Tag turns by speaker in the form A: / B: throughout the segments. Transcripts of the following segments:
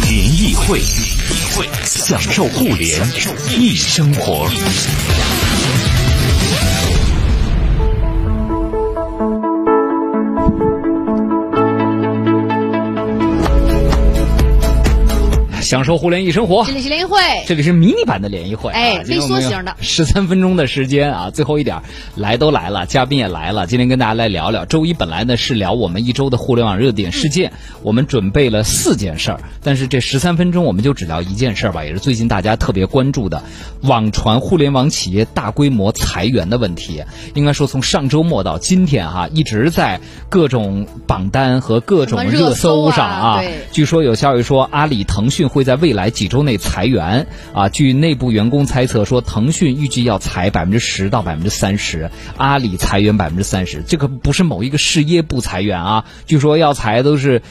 A: 联谊会，享受互联易生活。享受互联易生活
B: 这。里是联谊会，
A: 这里是迷你版的联谊会、啊，
B: 哎非缩型的
A: 十三分钟的时间啊，最后一点儿来都来了，嘉宾也来了，今天跟大家来聊聊。周一本来呢是聊我们一周的互联网热点事
B: 嗯
A: 件，我们准备了四件事儿，但是这十三分钟我们就只聊一件事儿吧，也是最近大家特别关注的网传互联网企业大规模裁员的问题。应该说从上周末到今天哈、一直在各种榜单和各种
B: 什么热
A: 热搜
B: 搜啊
A: 上啊，
B: 对
A: 据说有消息说，阿里、腾讯会在未来几周内裁员啊。据内部员工猜测说，腾讯预计要裁百分之十到百分之三十，阿里裁员百分之三十。这个不是某一个事业部裁员啊，据说要裁都是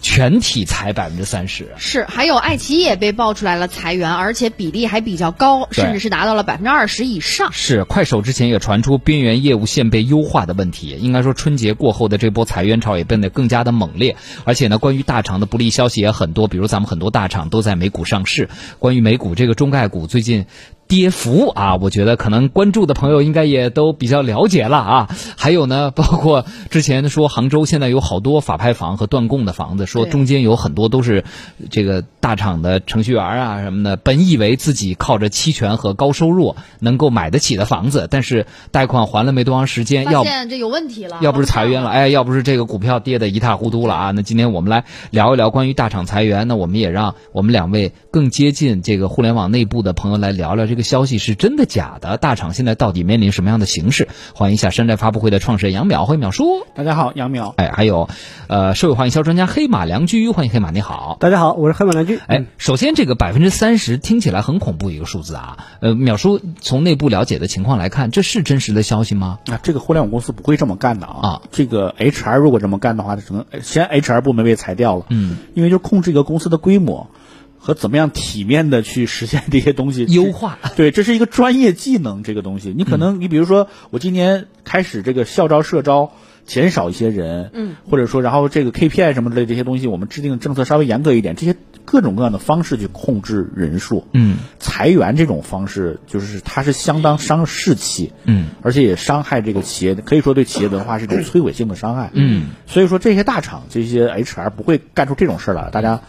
A: 全体裁百分之三十。
B: 是还有爱奇艺也被爆出来了裁员，而且比例还比较高，
A: 对
B: 甚至是达到了百分之二十以上。
A: 是快手之前也传出边缘业务线被优化的问题，应该说春节过后的这波裁员潮也变得更加的猛烈，而且呢，关于大厂的不利消息也很多，比如咱们很多大厂都在美股上市，关于美股这个中概股最近。跌幅啊，我觉得可能关注的朋友应该也都比较了解了啊。还有呢，包括之前说杭州现在有好多法拍房和断供的房子，说
B: 对
A: 中间有很多都是这个大厂的程序员啊什么的，本以为自己靠着期权和高收入能够买得起的房子，但是贷款还了没多长时间，
B: 发
A: 要
B: 现这有问题了，
A: 要不是裁员了，哎，要不是这个股票跌得一塌糊涂了啊！那今天我们来聊一聊关于大厂裁员，那我们也让我们两位更接近这个互联网内部的朋友来聊聊这个消息是真的假的，大厂现在到底面临什么样的形势？欢迎一下山寨发布会的创始人杨淼，欢迎淼叔，
C: 大家好，杨淼。
A: 哎，还有，呃，社会化营销专家黑马良驹，欢迎黑马，你好。
C: 大家嗯好，我是黑马良驹。
A: 哎，首先这个百分之三十听起来很恐怖一个数字啊，呃，淼叔从内部了解的情况来看，这是真实的消息吗？
C: 啊，这个互联网公司不会这么干的啊！
A: 啊
C: 这个 HR 如果这么干的话，只能哎先 HR 部门被裁掉了。
A: 嗯，
C: 因为就控制一个公司的规模和怎么样体面的去实现这些东西
A: 优化。嗯
C: 对，这是一个专业技能，这个东西，你可能、你比如说，我今年开始这个校招社招。减少一些人，
B: 嗯，
C: 或者说，然后这个 KPI 什么之类的这些东西，我们制定政策稍微严格一点，这些各种各样的方式去控制人数，
A: 嗯
C: 裁员这种方式，就是它是相当伤士气，
A: 嗯，
C: 而且也伤害这个企业，可以说对企业文化是一种摧毁性的伤害，
A: 嗯，
C: 所以说这些大厂这些 HR 不会干出这种事儿来，大家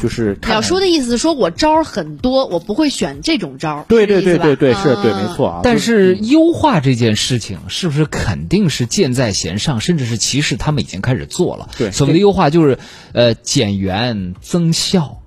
C: 就是看
B: 淼叔的意思是说，我招儿很多，我不会选这种招儿。是
C: 对
B: 这
C: 对
B: 意思
C: 对
B: 吧
C: 对对，是
B: 啊
C: 对，没错啊，
A: 但是优化这件事情是不是肯定是箭在弦上，甚至是其实他们已经开始做了？
C: 对
A: 所谓的优化就是呃减员增效。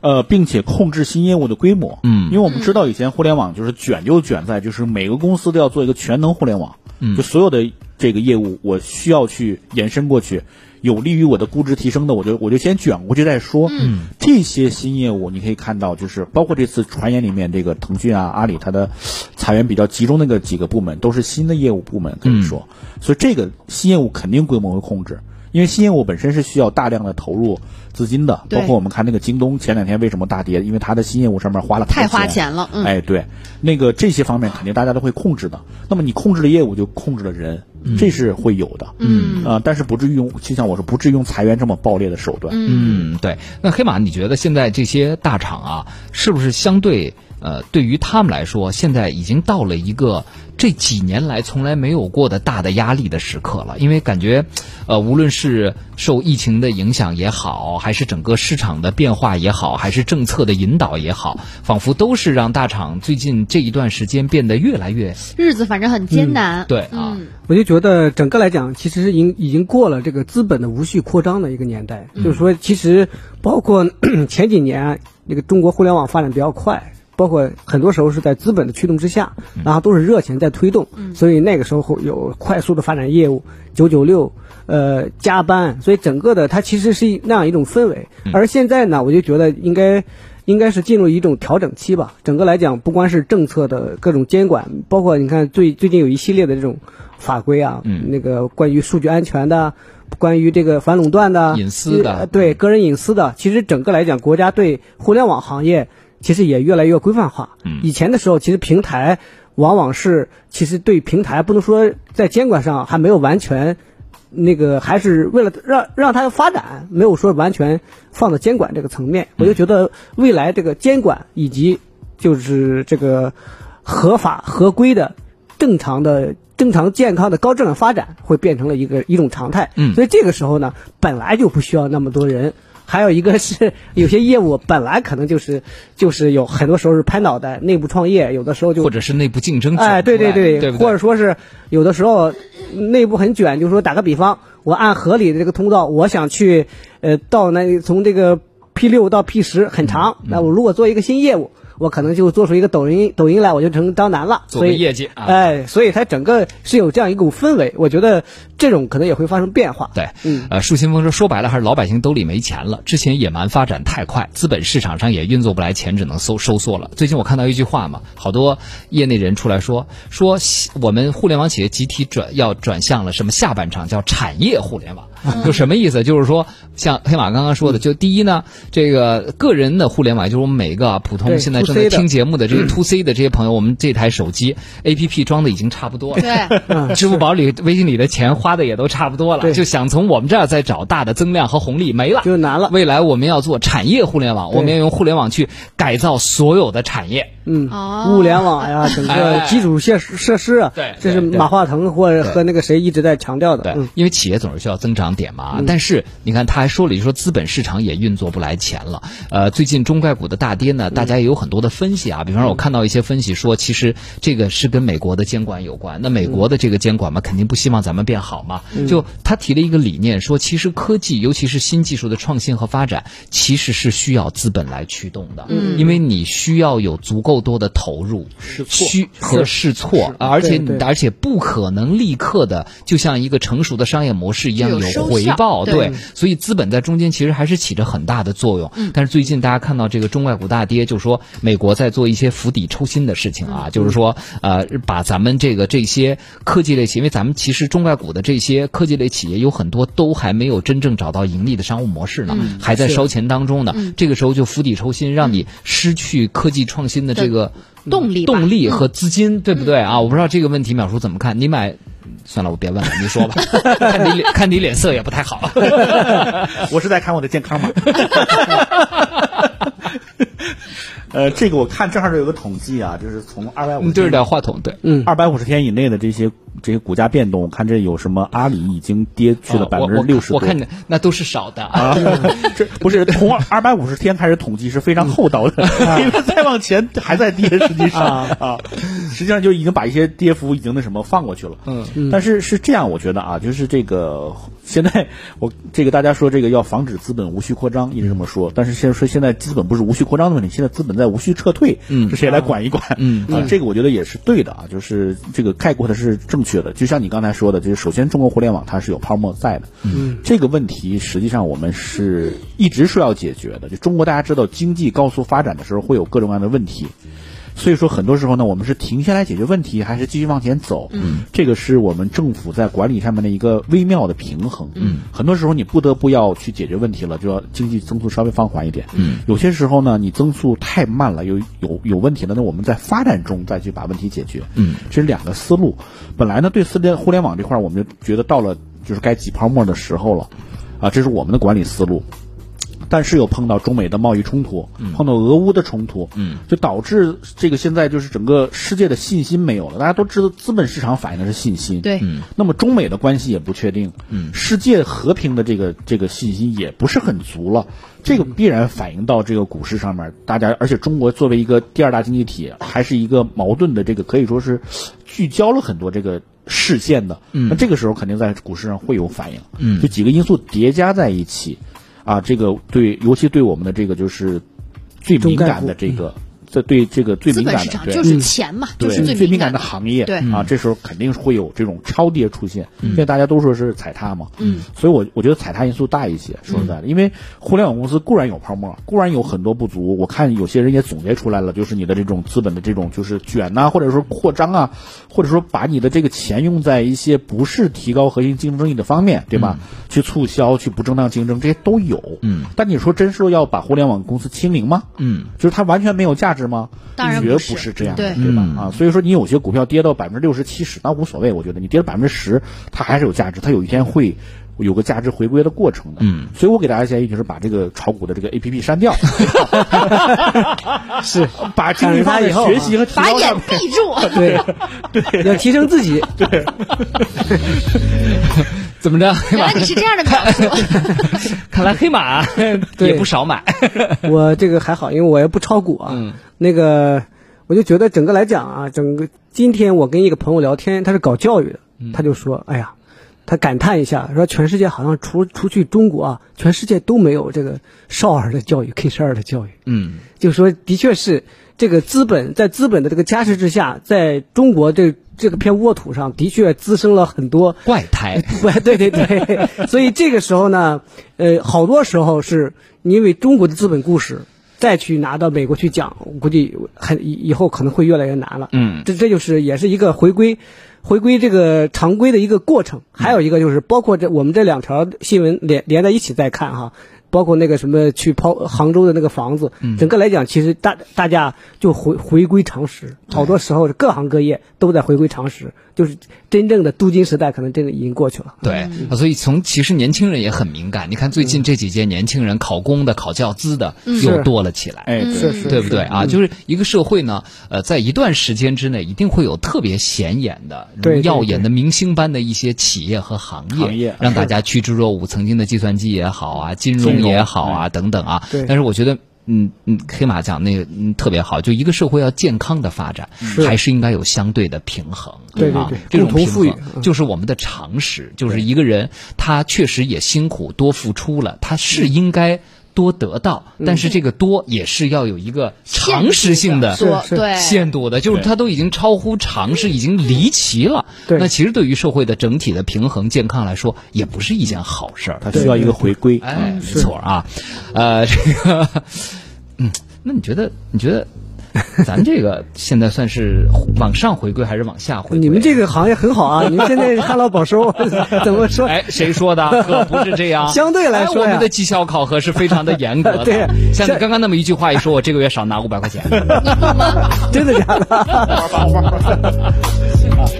C: 呃，并且控制新业务的规模。
A: 嗯
C: 因为我们知道以前互联网就是卷就卷在就是每个公司都要做一个全能互联网，
A: 嗯
C: 就所有的这个业务我需要去延伸过去，有利于我的估值提升的，我就我就先卷过去再说。嗯，这些新业务你可以看到，就是包括这次传言里面这个腾讯啊、阿里它的裁员比较集中的那个几个部门都是新的业务部门，可
A: 嗯
C: 以说，所以这个新业务肯定规模会控制。因为新业务本身是需要大量的投入资金的，
B: 对
C: 包括我们看那个京东前两天为什么大跌，因为它的新业务上面花了
B: 太
C: 多
B: 花钱了嗯
C: 哎，对，那个这些方面肯定大家都会控制的。那么你控制了业务，就控制了人，
A: 嗯
C: 这是会有的。嗯啊、但是不至于用，就像我说，不至于用裁员这么暴烈的手段。嗯，
A: 嗯，对。那黑马，你觉得现在这些大厂啊，是不是相对呃，对于他们来说，现在已经到了一个这几年来从来没有过的大的压力的时刻了？因为感觉，呃，无论是受疫情的影响也好，还是整个市场的变化也好，还是政策的引导也好，仿佛都是让大厂最近这一段时间变得越来越
B: 日子反正很艰难。
A: 对啊，
B: 嗯
D: 我就觉得整个来讲，其实已经已经过了这个资本的无序扩张的一个年代。就是说，其实包括 前几年啊那个中国互联网发展比较快，包括很多时候是在资本的驱动之下，然后都是热钱在推动，所以那个时候有快速的发展业务，九九六，呃，加班，所以整个的它其实是一那样一种氛围。而现在呢，我就觉得应该。应该是进入一种调整期吧。整个来讲，不光是政策的各种监管，包括你看最最近有一系列的这种法规啊，
A: 嗯
D: 那个关于数据安全的，关于这个反垄断的、
A: 隐私的嗯
D: 呃对个人隐私的。其实整个来讲，国家对互联网行业其实也越来越规范化。
A: 嗯
D: 以前的时候，其实平台往往是其实对平台不能说在监管上还没有完全那个还是为了让让它发展，没有说完全放到监管这个层面。
A: 嗯
D: 我就觉得未来这个监管以及就是这个合法合规的、正常的、正常健康的高质量发展，会变成了一个一 种常态。
A: 嗯
D: 所以这个时候呢，本来就不需要那么多人。还有一个是有些业务本来可能就是就是有很多时候是拍脑袋内部创业，有的时候就
A: 或者是内部竞争卷出来，
D: 哎，对对
A: 对，不对
D: 或者说是有的时候内部很卷，就是说打个比方，我按合理的这个通道，我想去呃到那从这个 P 六到 P 十
A: 嗯
D: 很长，那我如果做一个新业务。我可能就做出一个抖音抖音来，我就成张楠了，
A: 做
D: 所
A: 个
D: 以
A: 业绩啊
D: 哎，所以它整个是有这样一股氛围，我觉得这种可能也会发生变化。
A: 对，
D: 嗯
A: 呃，树新峰说，说白了还是老百姓兜里没钱了。之前野蛮发展太快，资本市场上也运作不来钱，只能收收缩了。最近我看到一句话嘛，好多业内人出来说，说我们互联网企业集体转要转向了什么下半场叫产业互联网，
D: 嗯
A: 就什么意思？就是说，像黑马刚刚说的，就第一呢，这个个人的互联网，就是我们每一个啊普通
D: 对
A: 现在正
D: 2C
A: 在
D: 的
A: 听节目的这些 to C 的这些朋友，我们这台手机 APP 装的已经差不多了。
B: 对，
A: 支付宝里、微信里的钱花的也都差不多了，
D: 嗯对
A: 就想从我们这儿再找大的增量和红利没了，
D: 就难了
A: 未来我们要做产业互联网，
D: 对
A: 我们要用互联网去改造所有的产业。
D: 嗯，
B: 哦
D: 物联网呀，整个
A: 哎
D: 基础设施设施啊，
A: 对
D: 这是
A: 对对
D: 马化腾或者和那个谁一直在强调的。
A: 对
D: 嗯，
A: 因为企业总是需要增长点嘛。但是你看，他还说了一句说资本市场也运作不来钱了。呃，最近中概股的大跌呢，
D: 嗯
A: 大家也有很多的分析啊。比方说，我看到一些分析说，其实这个是跟美国的监管有关。那美国的这个监管嘛，肯定不希望咱们变好嘛。
D: 嗯
A: 就他提了一个理念，说其实科技，尤其是新技术的创新和发展，其实是需要资本来驱动的，
D: 嗯
A: 因为你需要有足够多的投入，需和试错，而且
D: 对对
A: 你而且不可能立刻的，就像一个成熟的商业模式一样
B: 有
A: 有
B: 收
A: 回
B: 效
A: 报，
B: 对
A: 对，所以资本在中间其实还是起着很大的作用。
B: 嗯
A: 但是最近大家看到这个中概股大跌，就说美国在做一些釜底抽薪的事情啊，
B: 嗯
A: 就是说呃，把咱们这个这些科技类企业，因为咱们其实中概股的这些科技类企业有很多都还没有真正找到盈利的商务模式呢，
B: 嗯
A: 还在烧钱当中呢。这个时候就釜底抽薪，让你失去科技创新的这个。
B: 动力吧嗯
A: 动力和资金，对不对啊？我不知道这个问题淼叔怎么看？你买，算了，我别问了，你说 吧。看你脸，看你脸色也不太好。
C: 我是在看我的健康码。 呃，这个我看正好这有个统计啊，就是从二百五
A: 你对着点话筒，对。
D: 嗯
C: 二百五十天以内的这些这些股价变动，我看这有什么？阿里已经跌去了
A: 哦
C: 百
A: 我
C: 分之六十，
A: 我看我看你那都是少的啊。
C: 啊，这不是从二百五十天开始统计是非常厚道的，因为再往前还在跌，实际上啊，实际上就已经把一些跌幅已经那什么放过去了。嗯，但是是这样，我觉得啊，就是这个现在我这个大家说这个要防止资本无序扩张，一直这么说，但是现在说现在资本不是无序扩张的问题，现在资本在无序撤退，嗯，是谁来管一管？嗯啊，这个我觉得也是对的啊，就是这个概括的是正确的，就像你刚才说的，就是首先中国互联网它是有泡沫在的，嗯，这个问题实际上我们是一直说要解决的，就中国大家知道经济高速发展的时候会有各种各样的问题，所以说，很多时候呢，我们是停下来解决问题，还是继续往前走？嗯，这个是我们政府在管理上面的一个微妙的平衡。嗯，很多时候你不得不要去解决问题了，就要经济增速稍微放缓一点。嗯，有些时候呢，你增速太慢了，有有有问题了，那我们在发展中再去把问题解决。嗯，这是两个思路。本来呢，对私联互联网这块儿，我们就觉得到了就是该挤泡沫的时候了，啊，这是我们的管理思路。但是又碰到中美的贸易冲突，碰到俄乌的冲突，嗯，就导致这个现在就是整个世界的信心没有了。大家都知道，资本市场反映的是信心，
B: 对嗯
C: 那么中美的关系也不确定，嗯，世界和平的这个这个信心也不是很足了，这个必然反映到这个股市上面。大家，而且中国作为一个第二大经济体，还是一个矛盾的这个，可以说是聚焦了很多这个视线的。嗯，那这个时候肯定在股市上会有反应。嗯，就几个因素叠加在一起，啊，这个对，尤其对我们的这个就是最敏感的这个，这对这个最
B: 资
C: 敏
B: 本
C: 感
B: 市
C: 的
B: 场
C: 对。
B: 就是钱嘛，就
C: 对，
B: 是
C: 最
B: 敏
C: 感
B: 的
C: 的。行业，
B: 对
C: 啊，这时候肯定是会有这种超跌出现，因为大家都说是踩踏嘛，
B: 嗯，
C: 所以我我觉得踩踏因素大一些。说实在的，因为互联网公司固然有泡沫，固然有很多不足，我看有些人也总结出来了，就是你的这种资本的这种就是卷呐、或者说扩张啊，或者说把你的这个钱用在一些不是提高核心竞争力的方面，对吧？去促销、去不正当竞争，这些都有，嗯。但你说真说要把互联网公司清零吗？
A: 嗯，
C: 就是它完全没有价值。值吗？
B: 当然
C: 绝
B: 不
C: 不
B: 是
C: 是这样的，
B: 对
C: 对吧？
A: 嗯
C: 啊，所以说你有些股票跌到百分之六十、七十，那无所谓，我觉得你跌了百分之十，它还是有价值，它有一天会。有个价值回归的过程的，
A: 嗯，
C: 所以我给大家建议就是把这个炒股的这个 A P P 删掉，
D: 是
C: 把精力放在学习和提
B: 把
C: 高上
B: 眼
C: 面。
B: 闭住。
D: 对，要提升自己，
A: 怎么 着？
B: 原哎来你是这样的描述，
A: 看来黑 马也不少买。
D: 我这个还好，因为我也不炒股啊。
A: 嗯
D: 那个，我就觉得整个来讲啊，整个今天我跟一个朋友聊天，他是搞教育的，他就说：“哎呀，他感叹一下，说全世界好像除除去中国啊，全世界都没有这个少儿的教育、K 十二的教育。”
A: 嗯
D: 就说的确是这个资本在资本的这个加持之下，在中国这这个片沃土上，的确滋生了很多
A: 怪
B: 嗯
A: 胎。
D: 对 对对对，所以这个时候呢，呃，好多时候是因为中国的资本故事再去拿到美国去讲，我估计很以以后可能会越来越难了。
A: 嗯
D: 这这就是也是一个回归，回归这个常规的一个过程。还有一个就是包括这我们这两条新闻连连在一起再看哈，包括那个什么去抛杭州的那个房子，
A: 嗯
D: 整个来讲其实大大家就回回归常识，好多时候各行各业都在回归常识，就是真正的镀金时代可能真的已经过去了。
A: 对，啊所以从其实年轻人也很敏感。你看最近这几届年轻人考公的、考教资的
B: 嗯
A: 又
D: 是
A: 多了起来。
C: 哎，对
D: 是是嗯
A: 对不对啊？就是一个社会呢，呃，在一段时间之内，一定会有特别显眼的、
D: 对对
A: 耀眼的明星般的一些企业和行业，
C: 行业
A: 让大家趋之若鹜。曾经的计算机也好啊，金融
C: 金融
A: 也好啊，等等啊
D: 对。
A: 但是我觉得。嗯嗯，黑马讲那个嗯特别好，就一个社会要健康的发展，还是应该有相对的平衡，
D: 对对
A: 啊
D: 对
A: 这种
D: 共同
A: 平
D: 富裕
A: 衡就是我们的常识，就是一个人他确实也辛苦多付出了，他是应该多得到，但是这个多也是要有一个常识性的
D: 是
B: 说
D: 是
B: 对，
A: 限度的，就是他都已经超乎常识，已经离奇了。
D: 对
A: 那其实对于社会的整体的平衡健康来说，也不是一件好事儿。
C: 它需要一个回归。
A: 哎，没错啊，呃， 这个，嗯，那你觉得，你觉得？咱这个现在算是往上回归还是往下回归？
D: 你们这个行业很好啊，你们现在旱涝保收， 怎么说？
A: 哎，谁说的？可不是这样。
D: 相对来说
A: 哎
D: 呀
A: 我们的绩效考核是非常的严格的。
D: 对
A: 像你
D: 像
A: 刚刚那么一句话一说，我这个月少拿五百块 钱。
D: 真的假的？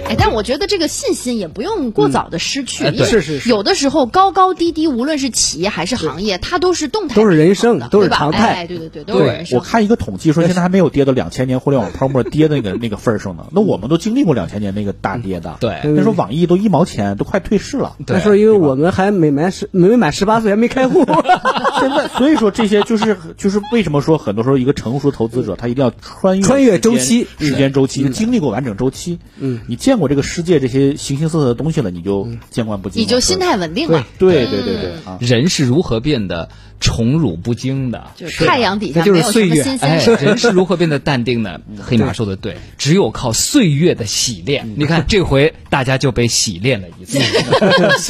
B: 哎，但我觉得这个信心也不用过早的失去，
A: 哎
B: 因为
A: 对
D: 是是是
B: 有的时候高高低低，无论是企业还是行业，它都是动态平
D: 都
B: 衡的，
D: 是人生都是
B: 对吧
D: 常态
B: 哎，对对对，都是人生。
C: 我看一个统计说，现在还没有跌到两千年互联网泡沫跌 那个那个份儿上呢。那我们都经历过两千年那个大跌的，
A: 对
C: 那时候网易都一毛钱，都快退市了。
A: 对
D: 那时候因为我们还没满十没满十八岁，还没开户。
C: 现在，所以说这些就是就是为什么说很多时候一个成熟投资者他一定要穿越
D: 穿越周期
C: 时间时间周期，经历过完整周期。嗯，你见过这个世界这些形形色色的东西了，你就
D: 嗯
C: 见惯不惊了。
B: 你就心态嗯稳定了，
C: 对对对对啊，
A: 人是如何变得宠辱不惊的？
B: 就是太阳底
D: 那
B: 下
D: 就是
B: 没有什么
D: 岁月
B: 新鲜
A: 哎，
B: 事。
A: 人是如何变得淡定 的？黑马说的对，只有靠岁月的洗
B: 嗯
A: 练。你看这回大家就被洗练了 一次，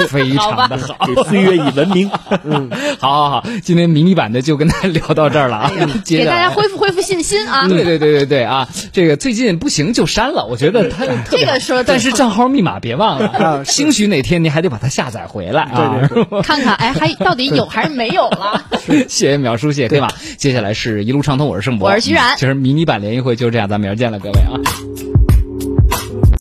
A: 非常的好。
C: 给啊岁月以文明。
A: 好好好，今天迷你版的就跟大家聊到这儿了啊，接
B: 哎给
A: 着
B: 大家
A: 来
B: 恢复恢复信心 啊！
A: 对对对对对啊！这个最近不行就删了，我觉得它特别
B: 这个说得对
A: 但是账号密码别忘了啊，
D: 啊
A: 兴许哪天您还得把它下载回来啊。
B: 看看哎，还到底有还是没有了？
A: 谢谢淼叔，谢谢黑马。接下来是一路畅通，我是盛博，嗯
B: 我是徐冉
A: 其实迷你版联谊会就这样，咱们明儿见了，各位啊。